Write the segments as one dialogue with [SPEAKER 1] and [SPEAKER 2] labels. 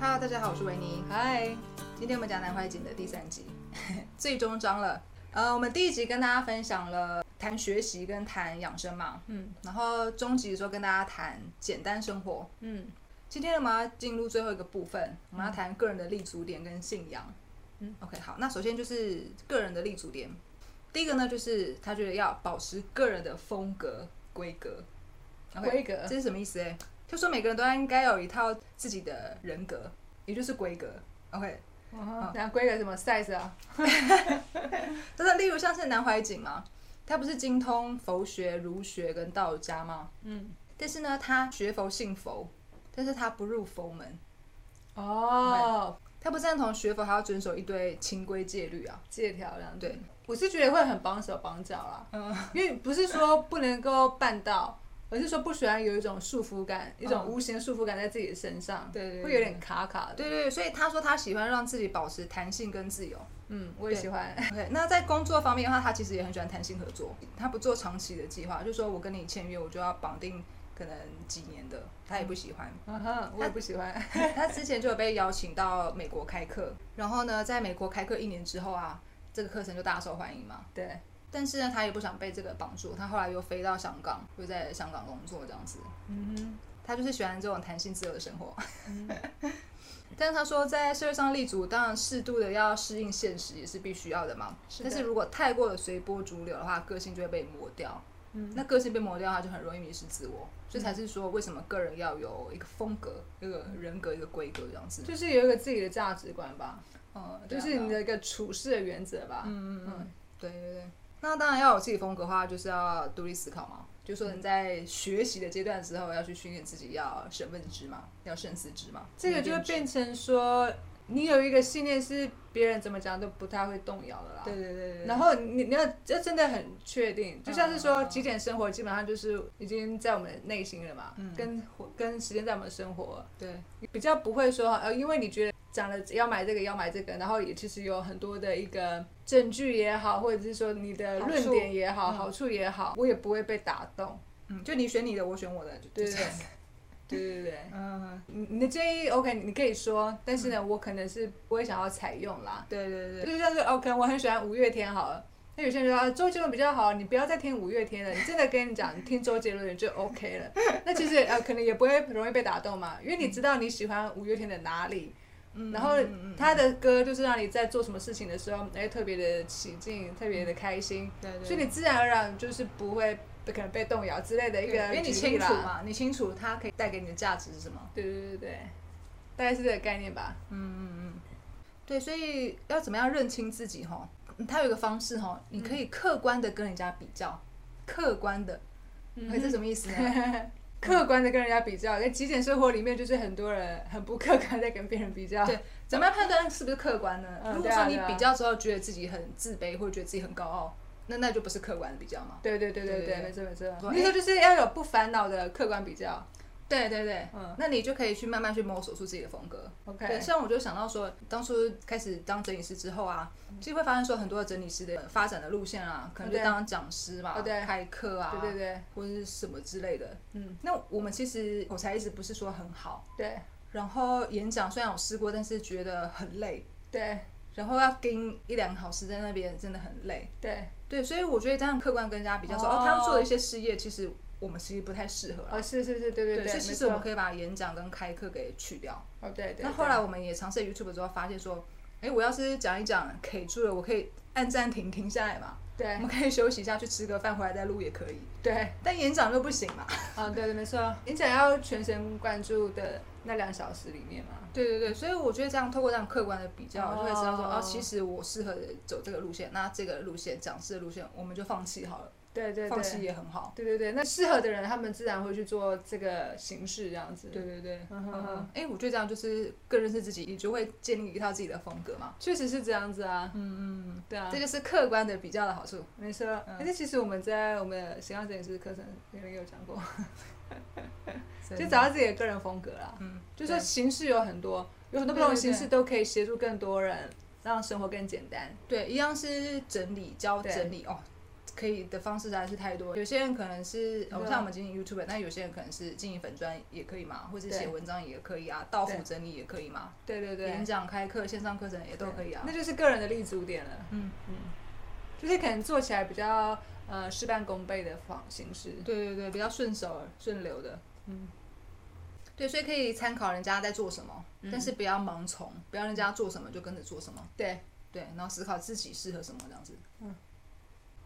[SPEAKER 1] Hello，大家好，我是维尼。
[SPEAKER 2] 嗨，
[SPEAKER 1] 今天我们讲南怀瑾的第三集， 最终章了。呃，我们第一集跟大家分享了谈学习跟谈养生嘛，
[SPEAKER 2] 嗯
[SPEAKER 1] 然后中集的时候跟大家谈简单生活。
[SPEAKER 2] 嗯
[SPEAKER 1] 今天我们要进入最后一个部分，我们要谈个人的立足点跟信仰。
[SPEAKER 2] 嗯
[SPEAKER 1] ，OK，好，那首先就是个人的立足点。第一个呢，就是他觉得要保持个人的风格规格。OK，
[SPEAKER 2] 规格
[SPEAKER 1] 这是什么意思、欸？哎，就说每个人都应该有一套自己的人格，也就是规格。OK，
[SPEAKER 2] 哦那规格什么 size 啊？
[SPEAKER 1] 但是例如像是南怀瑾嘛，他不是精通佛学、儒学跟道家吗？
[SPEAKER 2] 嗯，
[SPEAKER 1] 但是呢，他学佛信佛，但是他不入佛门，
[SPEAKER 2] 哦，
[SPEAKER 1] 他不赞同学佛还要遵守一堆清规戒律啊。
[SPEAKER 2] 借条这样子
[SPEAKER 1] 对，
[SPEAKER 2] 我是觉得会很绑手绑脚啦，
[SPEAKER 1] 嗯，
[SPEAKER 2] 因为不是说不能够办到，而是说不喜欢有一种束缚感，一种无形的束缚感在自己的身上，
[SPEAKER 1] 对对对
[SPEAKER 2] 会有点卡卡的。
[SPEAKER 1] 对对，对所以他说他喜欢让自己保持弹性跟自由。
[SPEAKER 2] 嗯，我也喜欢。
[SPEAKER 1] OK，那在工作方面的话，他其实也很喜欢弹性合作，他不做长期的计划，就说我跟你签约，我就要绑定可能几年的，他也不喜欢。
[SPEAKER 2] 嗯哼， 我也不喜 欢。
[SPEAKER 1] 他之前就有被邀请到美国开课，然后呢，在美国开课一年之后啊，这个课程就大受欢迎嘛。
[SPEAKER 2] 对，
[SPEAKER 1] 但是呢，他也不想被这个绑住，他后来又飞到香港，又在香港工作这样子。
[SPEAKER 2] 嗯
[SPEAKER 1] 他就是喜欢这种弹性自由的生活。嗯但是他说，在社会上立足，当然适度的要适应现实也是必须要的嘛。
[SPEAKER 2] 是的
[SPEAKER 1] 但是如果太过的随波逐流的话，个性就会被磨掉。
[SPEAKER 2] 嗯
[SPEAKER 1] 那个性被磨掉，他就很容易迷失自我。这才是说，为什么个人要有一个风格、一个人格、一个规格这样子
[SPEAKER 2] 哼，。 就是有一个自己的价值观吧，
[SPEAKER 1] 嗯，对
[SPEAKER 2] 就
[SPEAKER 1] 啊
[SPEAKER 2] 是你的一个处事的原则吧。
[SPEAKER 1] 嗯嗯嗯
[SPEAKER 2] 嗯，
[SPEAKER 1] 对对对。那当然要有自己风格的话，就是要独立思考嘛。就说
[SPEAKER 2] 嗯
[SPEAKER 1] 你在学习的阶段之后，要去训练自己要审问之嘛，要慎思之嘛。
[SPEAKER 2] 这个就会变成说，你有一个信念是别人怎么讲都不太会动摇的啦。
[SPEAKER 1] 对对对对。
[SPEAKER 2] 然
[SPEAKER 1] 后
[SPEAKER 2] 后你你要这真的很确定，就像是说极简生活，基本上就是已经在我们内心了嘛，
[SPEAKER 1] 嗯
[SPEAKER 2] 跟跟时间在我们生活，
[SPEAKER 1] 对
[SPEAKER 2] 比较不会说呃，因为你觉得讲了要买这个要买这个，然后也其实有很多的一个证据也好，或者是说你的
[SPEAKER 1] 好处
[SPEAKER 2] 论点也好，
[SPEAKER 1] 嗯
[SPEAKER 2] 好处也好，我也不会被打动。
[SPEAKER 1] 嗯，就你选你的，我选我的，就
[SPEAKER 2] 对
[SPEAKER 1] 就这样。
[SPEAKER 2] 对对对。
[SPEAKER 1] 嗯，
[SPEAKER 2] 你你的建议 OK，你可以说，但是呢，我可能是不会想要采用啦。
[SPEAKER 1] 对对对对。
[SPEAKER 2] 就像是 OK，我很喜欢五月天好了，那有些人说、啊、周杰伦比较好，你不要再听五月天了，你真的跟你讲，你听周杰伦就 OK 了。那其实呃，可能也不会容易被打动嘛，因为你知道你喜欢五月天的哪里，
[SPEAKER 1] 嗯
[SPEAKER 2] 然后
[SPEAKER 1] 嗯嗯
[SPEAKER 2] 他的歌就是让你在做什么事情的时候，哎，特别的起劲，特别的开心，
[SPEAKER 1] 对对对。
[SPEAKER 2] 所以你自然而然就是不会被可能被动摇之类的一
[SPEAKER 1] 对
[SPEAKER 2] 个
[SPEAKER 1] 因为你
[SPEAKER 2] 举例
[SPEAKER 1] 清楚
[SPEAKER 2] 啦。
[SPEAKER 1] 嘛，你清楚它可以带给你的价值是什么。
[SPEAKER 2] 对对对对，大概是这个概念吧。
[SPEAKER 1] 嗯嗯嗯，对，所以要怎么样认清自己哈？它有一个方式哈，你可以客观的跟人家比较，客观的，
[SPEAKER 2] 嗯
[SPEAKER 1] 哎，这什么意思呢？
[SPEAKER 2] 客观的跟人家比较，在极简生活里面，就是很多人很不客观在跟别人比较。
[SPEAKER 1] 对怎么样判断是不是客观呢？
[SPEAKER 2] 嗯
[SPEAKER 1] 如果
[SPEAKER 2] 对啊
[SPEAKER 1] 说你
[SPEAKER 2] 对啊
[SPEAKER 1] 比较之后觉得自己很自卑，或者觉得自己很高傲，那那就不是客观的比较嘛。
[SPEAKER 2] 对对对
[SPEAKER 1] 对
[SPEAKER 2] 对
[SPEAKER 1] 对
[SPEAKER 2] 对，没错没
[SPEAKER 1] 说
[SPEAKER 2] 错。那时候就是要有不烦恼的客观比较。
[SPEAKER 1] 对对对，
[SPEAKER 2] 嗯
[SPEAKER 1] 那你就可以去慢慢去摸索出自己的风格。对，
[SPEAKER 2] OK，
[SPEAKER 1] 像我就想到说，当初开始当整理师之后啊，其实会发现说很多的整理师的发展的路线啊，可能就
[SPEAKER 2] 嗯对
[SPEAKER 1] 当讲师嘛，
[SPEAKER 2] 哦对
[SPEAKER 1] 开课啊，
[SPEAKER 2] 对对对，
[SPEAKER 1] 或者是什么之类的。
[SPEAKER 2] 嗯，
[SPEAKER 1] 那我们其实口才一直不是说很好，
[SPEAKER 2] 对
[SPEAKER 1] 然后演讲虽然我试过，但是觉得很累，
[SPEAKER 2] 对
[SPEAKER 1] 然后要盯一两个小时在那边真的很累。
[SPEAKER 2] 对，
[SPEAKER 1] 对，所以我觉得这样客观跟人家比较说，哦
[SPEAKER 2] 哦
[SPEAKER 1] 他们做的一些事业，其实我们其实不太适合啦。
[SPEAKER 2] 哦是是是，对对
[SPEAKER 1] 对，
[SPEAKER 2] 对，
[SPEAKER 1] 所以
[SPEAKER 2] 没
[SPEAKER 1] 其实我们
[SPEAKER 2] 错。
[SPEAKER 1] 可以把演讲跟开课给去掉。
[SPEAKER 2] 哦对对。
[SPEAKER 1] 那后来我们也尝试 YouTube 之后，发现说，哎，我要是讲一讲 K 住了，我可以按暂停停下来嘛，我
[SPEAKER 2] 对
[SPEAKER 1] 们可以休息一下，去吃个饭，回来再录也可以。
[SPEAKER 2] 对，
[SPEAKER 1] 但演讲就不行嘛。
[SPEAKER 2] 哦对对没错，你想要全神贯注的那两小时里面嘛。
[SPEAKER 1] 对对对，所以我觉得这样透过这样客观的比较，
[SPEAKER 2] 哦
[SPEAKER 1] 就会知道说，哦，其实我适合走这个路线，那这个路线讲师的路线，我们就放弃好了，
[SPEAKER 2] 对对
[SPEAKER 1] 放弃
[SPEAKER 2] 对。
[SPEAKER 1] 也很好。
[SPEAKER 2] 对对对，那适合的人，他们自然会去做这个形式这样子。
[SPEAKER 1] 对对对，
[SPEAKER 2] 嗯
[SPEAKER 1] 嗯
[SPEAKER 2] 哼
[SPEAKER 1] 哼
[SPEAKER 2] 嗯哼，
[SPEAKER 1] 哎、我觉得这样就是更认识自己，你就会建立一套自己的风格嘛。
[SPEAKER 2] 确实是这样子啊。
[SPEAKER 1] 嗯嗯，
[SPEAKER 2] 对啊。
[SPEAKER 1] 这就是客观的比较的好处。
[SPEAKER 2] 没错，
[SPEAKER 1] 嗯
[SPEAKER 2] 但是其实我们在我们的形象整理师课程里面有讲过，就
[SPEAKER 1] 真的
[SPEAKER 2] 找到自己的个人风格啦。
[SPEAKER 1] 嗯，
[SPEAKER 2] 就说形式有很多，有很多不同的形式都可以协助更多人，让生活更简单。
[SPEAKER 1] 对，对一样是整理教
[SPEAKER 2] 对
[SPEAKER 1] 整理哦，可以的方式实在是太多。有些人可能是，
[SPEAKER 2] 对
[SPEAKER 1] 哦、
[SPEAKER 2] 啊
[SPEAKER 1] 像我们经营 YouTube，那有些人可能是经营粉砖也可以嘛，或者
[SPEAKER 2] 对
[SPEAKER 1] 写文章也可以啊，到
[SPEAKER 2] 对
[SPEAKER 1] 府整理也可以嘛，
[SPEAKER 2] 对对对，
[SPEAKER 1] 演讲、开课、线上课程也都可以啊
[SPEAKER 2] 那。就是个人的立足点了。
[SPEAKER 1] 嗯，
[SPEAKER 2] 嗯，就是可能做起来比较呃事半功倍的方形式。
[SPEAKER 1] 对对对，比较顺手顺流的。
[SPEAKER 2] 嗯，
[SPEAKER 1] 对，所以可以参考人家在做什么，
[SPEAKER 2] 嗯
[SPEAKER 1] 但是不要盲从，不要人家做什么就跟着做什么。
[SPEAKER 2] 对，
[SPEAKER 1] 对，然后思考自己适合什么这样子。
[SPEAKER 2] 嗯，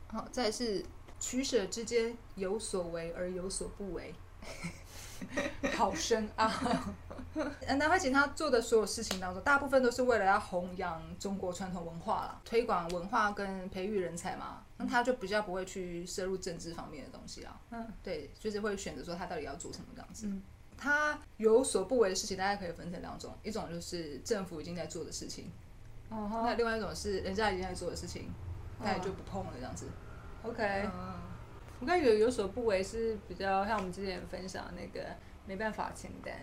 [SPEAKER 1] 好，再来是取舍之间有所为而有所不为。
[SPEAKER 2] 好深啊！
[SPEAKER 1] 嗯，南怀瑾他做的所有事情当中，大部分都是为了要弘扬中国传统文化啦，推广文化跟培育人才嘛。那他就比较不会去涉入政治方面的东西啦。
[SPEAKER 2] 嗯，
[SPEAKER 1] 对，就是会选择说他到底要做什么这样子。
[SPEAKER 2] 嗯
[SPEAKER 1] 他有所不为的事情，大概可以分成两种，一种就是政府已经在做的事情，那
[SPEAKER 2] 哦
[SPEAKER 1] 另外一种是人家已经在做的事情，那也就不碰了这样子。
[SPEAKER 2] ，OK，
[SPEAKER 1] 嗯
[SPEAKER 2] 我感觉有有所不为是比较像我们之前分享那个没办法清单，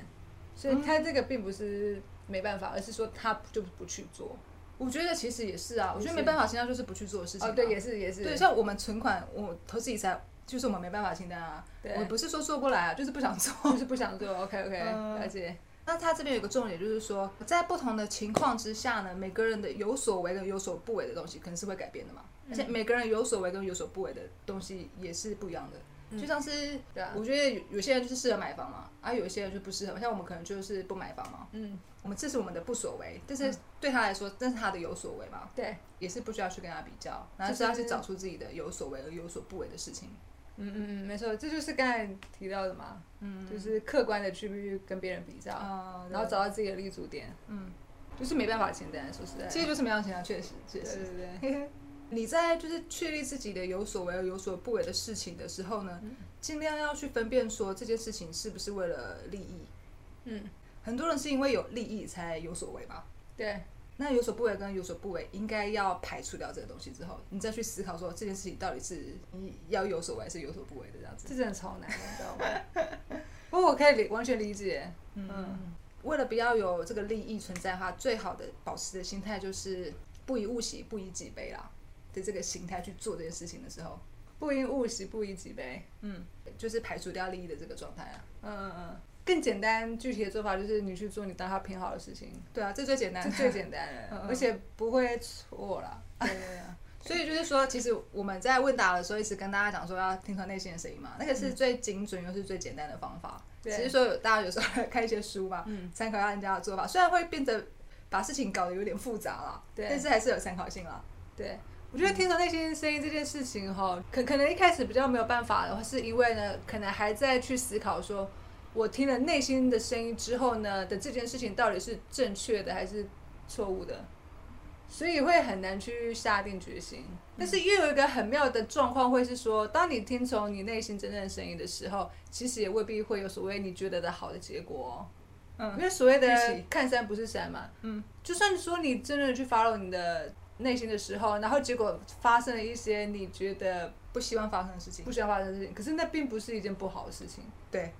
[SPEAKER 2] 所以他这个并不是没办法，而是说他就不去做。
[SPEAKER 1] 我觉得其实也是啊，我觉得
[SPEAKER 2] 也是
[SPEAKER 1] 没办法清单就是不去做的事情、啊
[SPEAKER 2] 哦，对，也是也是，
[SPEAKER 1] 对，像我们存款，我投资理财，就是我们没办法清单啊。我
[SPEAKER 2] 对，
[SPEAKER 1] 不是说做不来啊，就是不想做。
[SPEAKER 2] 就是不想做。OK OK，
[SPEAKER 1] 嗯
[SPEAKER 2] 了解。
[SPEAKER 1] 那他这边有个重点，就是说在不同的情况之下呢，每个人的有所为跟有所不为的东西，可能是会改变的嘛。
[SPEAKER 2] 嗯
[SPEAKER 1] 而且每个人有所为跟有所不为的东西也是不一样的。
[SPEAKER 2] 嗯
[SPEAKER 1] 就像是呃
[SPEAKER 2] 对啊，
[SPEAKER 1] 我觉得有有些人就是适合买房嘛，啊，有一些人就不适合。像我们可能就是不买房嘛，
[SPEAKER 2] 嗯，
[SPEAKER 1] 我们这是我们的不所为，但是对他来说，那是他的有所为嘛。
[SPEAKER 2] 对，
[SPEAKER 1] 也是不需要去跟他比较，然后
[SPEAKER 2] 就是
[SPEAKER 1] 是要去找出自己的有所为而有所不为的事情。
[SPEAKER 2] 嗯嗯嗯，没错，这就是刚才提到的嘛，
[SPEAKER 1] 嗯
[SPEAKER 2] 就是客观的去跟别人比较，
[SPEAKER 1] 啊、
[SPEAKER 2] 然后找到自己的立足点，
[SPEAKER 1] 嗯，
[SPEAKER 2] 就是没办法简单，说实在的，
[SPEAKER 1] 这个就是没有钱啊，确实确
[SPEAKER 2] 对对
[SPEAKER 1] 实。
[SPEAKER 2] 对，
[SPEAKER 1] 你在就是确立自己的有所为而有所不为的事情的时候呢
[SPEAKER 2] 嗯，
[SPEAKER 1] 尽量要去分辨说这件事情是不是为了利益。
[SPEAKER 2] 嗯，
[SPEAKER 1] 很多人是因为有利益才有所为嘛，
[SPEAKER 2] 对，
[SPEAKER 1] 那有所不为跟有所不为应该要排除掉这个东西之后，你再去思考说这件事情到底是你要有所为还是有所不为的这样子。哦
[SPEAKER 2] 这真的超难的，你知道 吗？不过我可以理完全理解，
[SPEAKER 1] 嗯，为了不要有这个利益存在的话，最好的保持的心态就是不以物喜，不以己悲啦的这个心态去做这件事情的时候，
[SPEAKER 2] 不因物喜，不以己悲，
[SPEAKER 1] 嗯，就是排除掉利益的这个状态啊。
[SPEAKER 2] 嗯嗯嗯，更简单具体的做法就是你去做你当下偏好的事情，
[SPEAKER 1] 对啊，这最简单
[SPEAKER 2] 这
[SPEAKER 1] 的，
[SPEAKER 2] 最简单了，
[SPEAKER 1] 嗯嗯
[SPEAKER 2] 而且不会错啦。
[SPEAKER 1] 对对 对啊。所以就是说，其实我们在问答的时候，一直跟大家讲说要听从内心的声音嘛，那个是最精准又是最简单的方法。
[SPEAKER 2] 嗯对
[SPEAKER 1] 只是说有大家有时候看一些书嘛，
[SPEAKER 2] 嗯，
[SPEAKER 1] 参考一下人家的做法，虽然会变得把事情搞得有点复杂啦，
[SPEAKER 2] 对
[SPEAKER 1] 但是还是有参考性啦。
[SPEAKER 2] 对，我觉得听从内心声音这件事情哈，可可能一开始比较没有办法的，是因为呢，可能还在去思考说，我听了内心的声音之后呢的这件事情到底是正确的还是错误的，所以会很难去下定决心。但是又有一个很妙的状况，会是说，当你听从你内心真正的声音的时候，其实也未必会有所谓你觉得的好的结果、哦。
[SPEAKER 1] 嗯
[SPEAKER 2] 因为所谓的
[SPEAKER 1] 一起
[SPEAKER 2] 看山不是山嘛，
[SPEAKER 1] 嗯，
[SPEAKER 2] 就算说你真的去 follow 你的内心的时候，然后结果发生了一些你觉得
[SPEAKER 1] 不希望发生的事情
[SPEAKER 2] 不。需要发生的事情，可是那并不是一件不好的事情。
[SPEAKER 1] 对，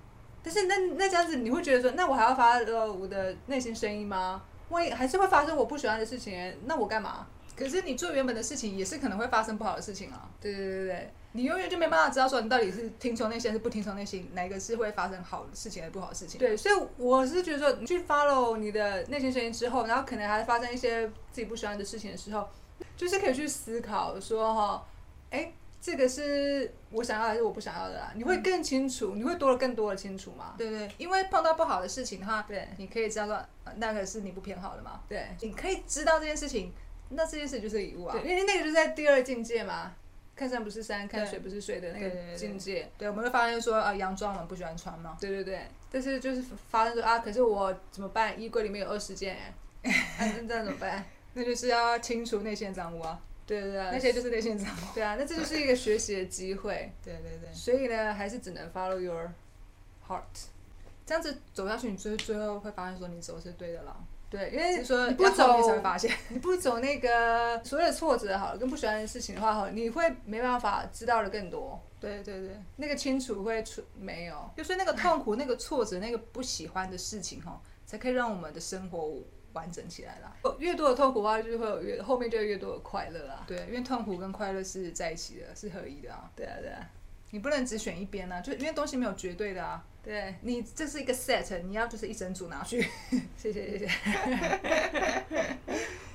[SPEAKER 2] 但是那那这样子，你会觉得说，那我还要发呃我的内心声音吗？万一还是会发生我不喜欢的事情，那我干嘛？
[SPEAKER 1] 可是你做原本的事情，也是可能会发生不好的事情啊。
[SPEAKER 2] 对对对对
[SPEAKER 1] 你永远就没办法知道说你到底是听从内心还是不听从内心，哪一个是会发生好的事情还是不好的事情。
[SPEAKER 2] 对，对，所以我是觉得说，你去 follow 你的内心声音之后，然后可能还发生一些自己不喜欢的事情的时候，就是可以去思考说哈，哎，这个是我想要还是我不想要的啦？你会更清楚，你会多了更多的清楚嘛？
[SPEAKER 1] 对对，因为碰到不好的事情的话，
[SPEAKER 2] 对
[SPEAKER 1] 你可以知道说呃那个是你不偏好的嘛，
[SPEAKER 2] 对
[SPEAKER 1] 你可以知道这件事情，那这件事就是礼物啊
[SPEAKER 2] 对，。因为那个就是在第二境界嘛，看山不是山，看
[SPEAKER 1] 对
[SPEAKER 2] 水不是水的那
[SPEAKER 1] 对对
[SPEAKER 2] 个
[SPEAKER 1] 对
[SPEAKER 2] 境界。
[SPEAKER 1] 对，我们会发现说啊，洋装我们不喜欢穿嘛，
[SPEAKER 2] 对对对，但是就是发生说啊，可是我怎么办？衣柜里面有二十件，哎 啊那这样怎么办？
[SPEAKER 1] 那就是要清除内心的脏污啊，
[SPEAKER 2] 对对对，
[SPEAKER 1] 那些就是内心的脏污。
[SPEAKER 2] 对啊，那这就是一个学习的机会。
[SPEAKER 1] 对对对，
[SPEAKER 2] 所以呢，还是只能 follow your heart。
[SPEAKER 1] 这样子走下去，你最最后会发现说你走的是对的啦。
[SPEAKER 2] 对，
[SPEAKER 1] 只
[SPEAKER 2] 因为
[SPEAKER 1] 是说
[SPEAKER 2] 哎你不
[SPEAKER 1] 要后面才会
[SPEAKER 2] 走，
[SPEAKER 1] 发现。
[SPEAKER 2] 你不走那个所有的挫折好了，跟不喜欢的事情的话好了，你会没办法知道的更多，
[SPEAKER 1] 对对 对。
[SPEAKER 2] 那个清楚会出没有。
[SPEAKER 1] 就是那个痛苦、那个挫折、那个不喜欢的事情，哈，才可以让我们的生活完整起来啦。
[SPEAKER 2] 越多的痛苦的话，就会有越后面就会越多的快乐啊。
[SPEAKER 1] 对，因为痛苦跟快乐是在一起的，是合一的啊。
[SPEAKER 2] 对啊，对啊，
[SPEAKER 1] 你不能只选一边啊，就因为东西没有绝对的啊。
[SPEAKER 2] 对，
[SPEAKER 1] 你这是一个 set，你要就是一整组拿去。
[SPEAKER 2] 谢谢谢谢。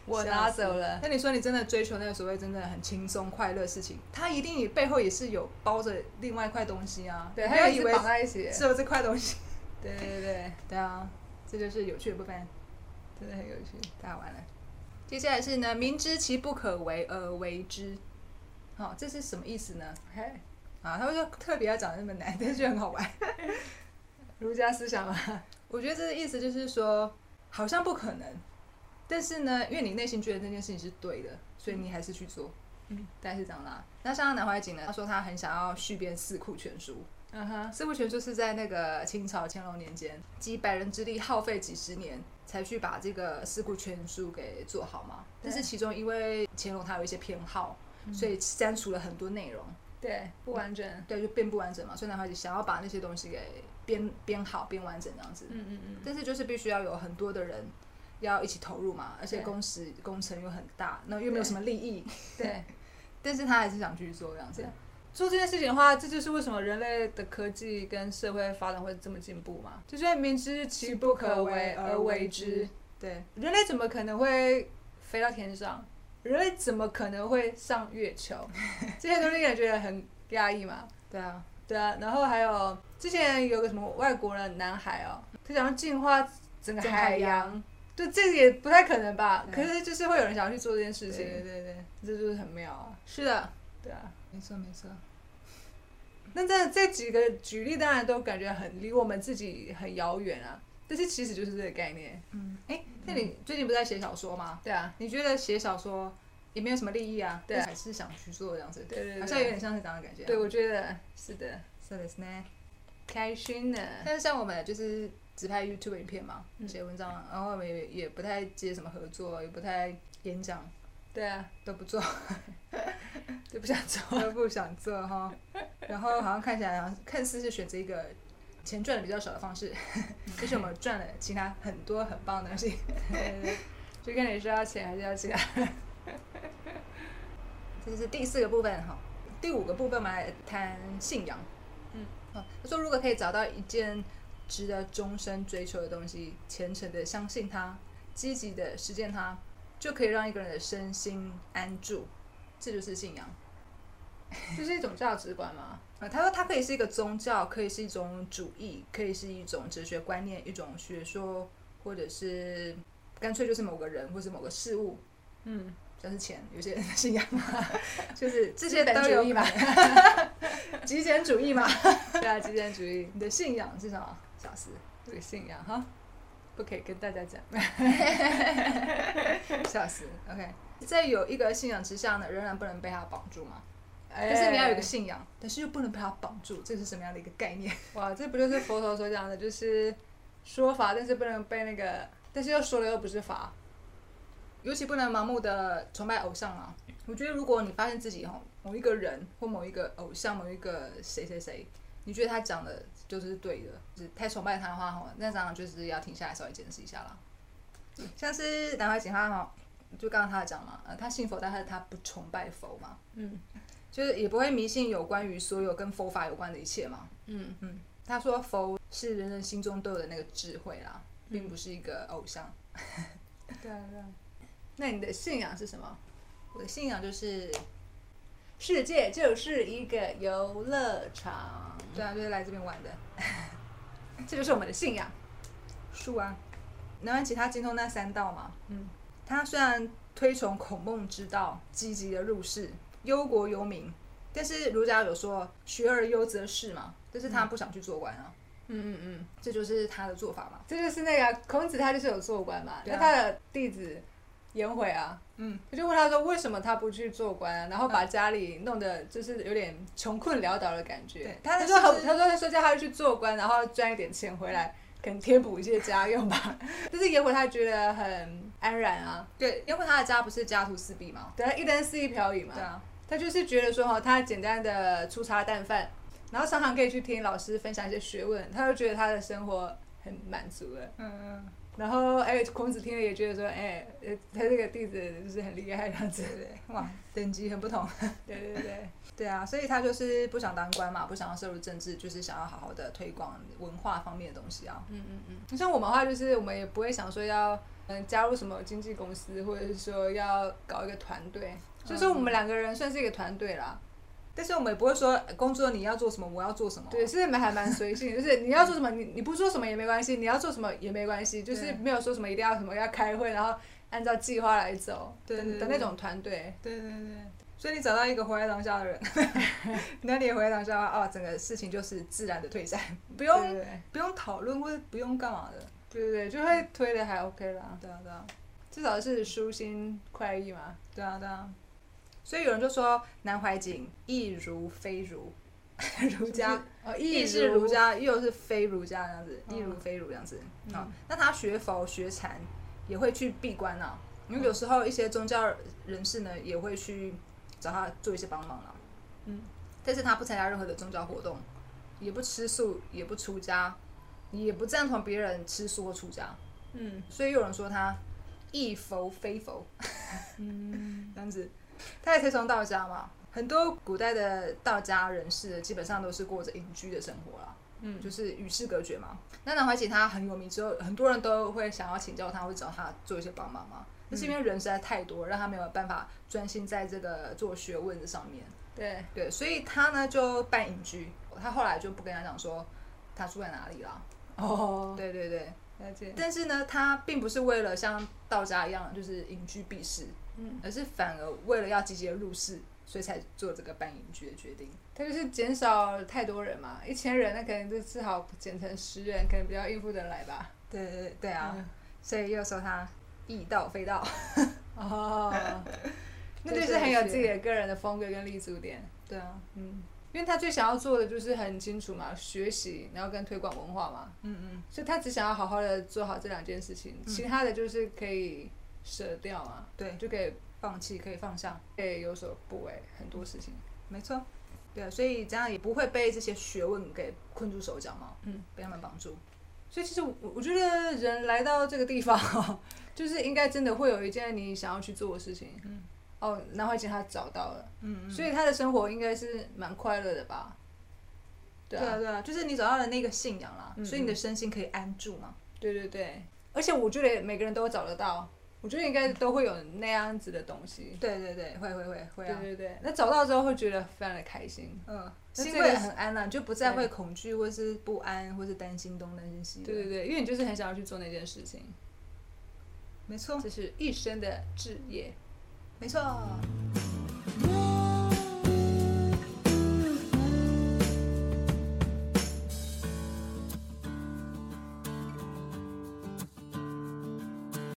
[SPEAKER 2] 我拿走了，
[SPEAKER 1] 那你说你真的追求那个所谓真的很轻松快乐的事情，它一定也背后也是有包着另外一块东西啊。
[SPEAKER 2] 对，
[SPEAKER 1] 不
[SPEAKER 2] 还
[SPEAKER 1] 要
[SPEAKER 2] 有
[SPEAKER 1] 以
[SPEAKER 2] 一
[SPEAKER 1] 为
[SPEAKER 2] 绑在 一起，
[SPEAKER 1] 只有这块东西。
[SPEAKER 2] 对对对，
[SPEAKER 1] 对啊，这就是有趣的部分，
[SPEAKER 2] 真的很有趣。
[SPEAKER 1] 太好玩了。接下来是呢，明知其不可为而为之，好、这是什么意思呢？
[SPEAKER 2] 哎，
[SPEAKER 1] 啊，他会说特别要讲得那么难，但是就很好玩。
[SPEAKER 2] 儒家思想嘛，
[SPEAKER 1] 我觉得这个意思就是说，好像不可能，但是呢，因为你内心觉得这件事情是对的，所以你还是去做。
[SPEAKER 2] 嗯，
[SPEAKER 1] 大概是这样啦。那像南怀瑾呢，他说他很想要续编《四库全书》。
[SPEAKER 2] 嗯哼，
[SPEAKER 1] 四库全书是在那个清朝乾隆年间，几百人之力，耗费几十年，才去把这个四库全书给做好嘛。
[SPEAKER 2] 对
[SPEAKER 1] 但
[SPEAKER 2] 嗯
[SPEAKER 1] 是其中因为乾隆他有一些偏好，所以删除了很多内容，
[SPEAKER 2] 对，不完整。
[SPEAKER 1] 对，就变不完整嘛。所以南怀瑾想要把那些东西给编编好、编完整这样子。
[SPEAKER 2] 嗯嗯嗯，
[SPEAKER 1] 但是就是必须要有很多的人要一起投入嘛，而且
[SPEAKER 2] 对
[SPEAKER 1] 工时工程又很大，那又没有什么利益，
[SPEAKER 2] 对。
[SPEAKER 1] 但是他还是想继续做这样子
[SPEAKER 2] 对。做这件事情的话，这就是为什么人类的科技跟社会发展会这么进步嘛，就是明知其不可为而为之。
[SPEAKER 1] 对，
[SPEAKER 2] 人类怎么可能会飞到天上？人类怎么可能会上月球？这些东西也觉得很压抑嘛。
[SPEAKER 1] 对啊，
[SPEAKER 2] 对啊，然后还有之前有个什么外国人男孩哦，他想要净化整个
[SPEAKER 1] 整海
[SPEAKER 2] 海
[SPEAKER 1] 洋
[SPEAKER 2] 洋，对，这个也不太可能吧？可
[SPEAKER 1] 对
[SPEAKER 2] 是就是会有人想要去做这件事
[SPEAKER 1] 对对
[SPEAKER 2] 情，
[SPEAKER 1] 对对，
[SPEAKER 2] 这就是很妙啊。
[SPEAKER 1] 是的，
[SPEAKER 2] 对啊，
[SPEAKER 1] 没错没错，
[SPEAKER 2] 那这这几个举例当然都感觉很离我们自己很遥远啊，但是其实就是这个概念。
[SPEAKER 1] 嗯，哎，那你最近不是在写小说吗？
[SPEAKER 2] 对啊，
[SPEAKER 1] 你觉得写小说也没有什么利益啊，
[SPEAKER 2] 对
[SPEAKER 1] 但还是想去做这样子，
[SPEAKER 2] 对对对
[SPEAKER 1] 好像有点像是这样的感觉。啊
[SPEAKER 2] 对，，我觉得是的，
[SPEAKER 1] 是的，是呢。
[SPEAKER 2] 开心呢。
[SPEAKER 1] 但是像我们就是只拍 YouTube 影片嘛，
[SPEAKER 2] 嗯
[SPEAKER 1] 写文章，啊然后我们也也不太接什么合作，也不太演讲，
[SPEAKER 2] 对啊，
[SPEAKER 1] 都不做。
[SPEAKER 2] 就不想做。
[SPEAKER 1] 都不想做哈。然后好像看起来，好像看似是选择一个钱赚的比较少的方式，但是我们赚了其他很多很棒的东西。
[SPEAKER 2] 对对对，就看你是要钱还是要其他。
[SPEAKER 1] 这是第四个部分哈。第五个部分，我们来谈信仰。
[SPEAKER 2] 嗯，
[SPEAKER 1] 好，他说如果可以找到一件值得终身追求的东西，虔诚的相信它，积极的实践它，就可以让一个人的身心安住，这就是信仰。
[SPEAKER 2] 就是一种价值观嘛。
[SPEAKER 1] 啊，他说它可以是一个宗教，可以是一种主义，可以是一种哲学观念，一种学说，或者是干脆就是某个人或是某个事物，
[SPEAKER 2] 嗯，
[SPEAKER 1] 像是钱，有些人的信仰嘛，就是这些
[SPEAKER 2] 资本
[SPEAKER 1] 都
[SPEAKER 2] 主
[SPEAKER 1] 有
[SPEAKER 2] 义嘛，
[SPEAKER 1] 极简主义嘛。
[SPEAKER 2] 对啊，极简主义
[SPEAKER 1] 你的信仰是什么？小思，
[SPEAKER 2] 这个信仰哈，不可以跟大家讲。
[SPEAKER 1] 小思，OK，在有一个信仰之下呢，仍然不能被他绑住嘛。
[SPEAKER 2] 哎
[SPEAKER 1] 但是你要有一个信仰，哎但是又不能被他绑住，这是什么样的一个概念？
[SPEAKER 2] 哇，这不就是佛陀所讲的，就是说法，但是不能被那个，但是又说了又不是法。
[SPEAKER 1] 尤其不能盲目的崇拜偶像啊！我觉得如果你发现自己吼某一个人或某一个偶像、某一个谁谁谁，你觉得他讲的就是对的，就是太崇拜他的话吼，那当然就是要停下来稍微检视一下啦。像是南怀瑾他吼，就刚刚他讲嘛，呃，他信佛，但是他不崇拜佛嘛，
[SPEAKER 2] 嗯
[SPEAKER 1] 就是也不会迷信有关于所有跟佛法有关的一切嘛。
[SPEAKER 2] 嗯
[SPEAKER 1] 他说佛是人人心中都有的那个智慧啦，并不是一个偶像。
[SPEAKER 2] 对啊对啊。那你的信仰是什么？
[SPEAKER 1] 我的信仰就是
[SPEAKER 2] 世界就是一个游乐场，
[SPEAKER 1] 对啊，就是来这边玩的。
[SPEAKER 2] 这就是我们的信仰。
[SPEAKER 1] 树啊，南湾其他精通那三道嘛。
[SPEAKER 2] 嗯，
[SPEAKER 1] 他虽然推崇孔孟之道，积极的入世，忧国忧民，但是儒家有说“学而优则仕”嘛，但是他不想去做官啊，
[SPEAKER 2] 嗯嗯嗯，
[SPEAKER 1] 这就是他的做法嘛。
[SPEAKER 2] 这就是那个孔子，他就是有做官嘛，
[SPEAKER 1] 对啊
[SPEAKER 2] 那他的弟子颜回啊，
[SPEAKER 1] 嗯，
[SPEAKER 2] 他就问他说为什么他不去做官啊、然后把家里弄得就是有点穷困潦倒的感觉
[SPEAKER 1] 对。他
[SPEAKER 2] 他
[SPEAKER 1] 是
[SPEAKER 2] 说
[SPEAKER 1] 不是
[SPEAKER 2] 他说他说叫他去做官，然后赚一点钱回来，可能贴补一些家 用吧。但是颜回他觉得很安然啊，
[SPEAKER 1] 对，因为他的家不是家徒四壁嘛。
[SPEAKER 2] 对他一灯是一瓢饮嘛
[SPEAKER 1] 对，啊，
[SPEAKER 2] 他就是觉得说哈，他简单的粗茶淡饭，然后常常可以去听老师分享一些学问，他就觉得他的生活很满足了。
[SPEAKER 1] 嗯，
[SPEAKER 2] 然后哎，孔子听了也觉得说，哎，呃他这个弟子就是很厉害这样子
[SPEAKER 1] 对。对，哇，等级很不同。
[SPEAKER 2] 对对对，
[SPEAKER 1] 对啊，所以他就是不想当官嘛，不想要涉入政治，就是想要好好的推广文化方面的东西啊。
[SPEAKER 2] 嗯嗯嗯。像我们的话，就是我们也不会想说要嗯加入什么经纪公司，或者是说要搞一个团队。所以说我们两个人算是一个团队啦。
[SPEAKER 1] 但是我们也不会说呃工作你要做什么，我要做什么。啊
[SPEAKER 2] 对，是蛮还蛮随性，就是你要做什么，你你不做什么也没关系，你要做什么也没关系，就是
[SPEAKER 1] 对
[SPEAKER 2] 没有说什么一定要什么要开会，然后按照计划来走
[SPEAKER 1] 对对
[SPEAKER 2] 的
[SPEAKER 1] 对
[SPEAKER 2] 那种团队。
[SPEAKER 1] 对对对，所以你找到一个活在当下的人， 那你也活在当下的话啊，整个事情就是自然的推 展，不
[SPEAKER 2] 对
[SPEAKER 1] 用
[SPEAKER 2] 对对
[SPEAKER 1] 不用讨论或者不用干嘛的。
[SPEAKER 2] 对对，就会推的还 OK 啦，
[SPEAKER 1] 对啊对啊
[SPEAKER 2] 至少是舒心快意嘛。
[SPEAKER 1] 对啊对啊，所以有人就说南怀瑾亦儒非儒， 儒家
[SPEAKER 2] 哦，
[SPEAKER 1] 亦
[SPEAKER 2] 亦
[SPEAKER 1] 是
[SPEAKER 2] 如
[SPEAKER 1] 儒，家，又是非儒家这样子，亦儒
[SPEAKER 2] 嗯
[SPEAKER 1] 非儒这样子。
[SPEAKER 2] 嗯
[SPEAKER 1] 啊、那他学佛学禅也会去闭关啊，因为有时候一些宗教人士呢也会去找他做一些帮忙啊。
[SPEAKER 2] 嗯，
[SPEAKER 1] 但是他不参加任何的宗教活动，也不吃素，也不出家，也不赞同别人吃素或出家，
[SPEAKER 2] 嗯
[SPEAKER 1] 所以有人说他亦佛非佛
[SPEAKER 2] 嗯
[SPEAKER 1] 这样子。他也推崇道家嘛，很多古代的道家人士基本上都是过着隐居的生活啊啦。
[SPEAKER 2] 嗯，
[SPEAKER 1] 就是与世隔绝嘛。那南怀瑾他很有名之后，很多人都会想要请教他，会找他做一些帮忙嘛。那是因为人实在太多，让他没有办法专心在这个做学问的上面。
[SPEAKER 2] 对，
[SPEAKER 1] 对，所以他呢就办隐居，他后来就不跟他讲说他住在哪里啦。
[SPEAKER 2] 哦，
[SPEAKER 1] 对对对，
[SPEAKER 2] 了解，
[SPEAKER 1] 但是呢，他并不是为了像道家一样就是隐居避世，
[SPEAKER 2] 嗯，
[SPEAKER 1] 而是反而为了要积极的入世，所以才做这个办隐居的决定。
[SPEAKER 2] 他就是减少太多人嘛，一千人那可能就至少减成十人，可能比较应付得来吧。
[SPEAKER 1] 对对对对啊，所以又说他异道非道。
[SPEAKER 2] 嗯，哦， 那就是
[SPEAKER 1] 对
[SPEAKER 2] 很有
[SPEAKER 1] 对
[SPEAKER 2] 自己的个人的风格跟立足点。
[SPEAKER 1] 对啊，
[SPEAKER 2] 嗯，因为他最想要做的就是很清楚嘛，学习，然后跟推广文化嘛，
[SPEAKER 1] 嗯嗯。
[SPEAKER 2] 所以他只想要好好的做好这两件事情，
[SPEAKER 1] 嗯
[SPEAKER 2] 其他的就是可以舍掉嘛，
[SPEAKER 1] 对，
[SPEAKER 2] 就可以
[SPEAKER 1] 放弃可以放下，
[SPEAKER 2] 可以有所不为，很多事情。
[SPEAKER 1] 没错。对，啊所以这样也不会被这些学问给困住手脚嘛，
[SPEAKER 2] 嗯，
[SPEAKER 1] 被他们绑住。
[SPEAKER 2] 所以其实我我觉得人来到这个地方、 哦，就是应该真的会有一件你想要去做的事情。
[SPEAKER 1] 嗯，
[SPEAKER 2] 哦，南怀瑾他找到了，
[SPEAKER 1] 嗯
[SPEAKER 2] 所以他的生活应该是蛮快乐的吧？对
[SPEAKER 1] 对
[SPEAKER 2] 啊
[SPEAKER 1] 啊，对啊，就是你找到了那个信仰啦，
[SPEAKER 2] 嗯
[SPEAKER 1] 所以你的身心可以安住嘛。
[SPEAKER 2] 对对对，而且我觉得每个人都找得到，我觉得应该都会有那样子的东西。
[SPEAKER 1] 对对对，会会会会
[SPEAKER 2] 对
[SPEAKER 1] 啊，
[SPEAKER 2] 对对，那找到之后会觉得非常的开心。
[SPEAKER 1] 嗯，
[SPEAKER 2] 那这
[SPEAKER 1] 心
[SPEAKER 2] 个
[SPEAKER 1] 会
[SPEAKER 2] 是
[SPEAKER 1] 很安啦，你就不再
[SPEAKER 2] 对
[SPEAKER 1] 会恐惧或是不安或是担心东担心西的。
[SPEAKER 2] 对对对，因为你就是很想要去做那件事情，
[SPEAKER 1] 没错
[SPEAKER 2] 这是一生的志业。
[SPEAKER 1] 没错。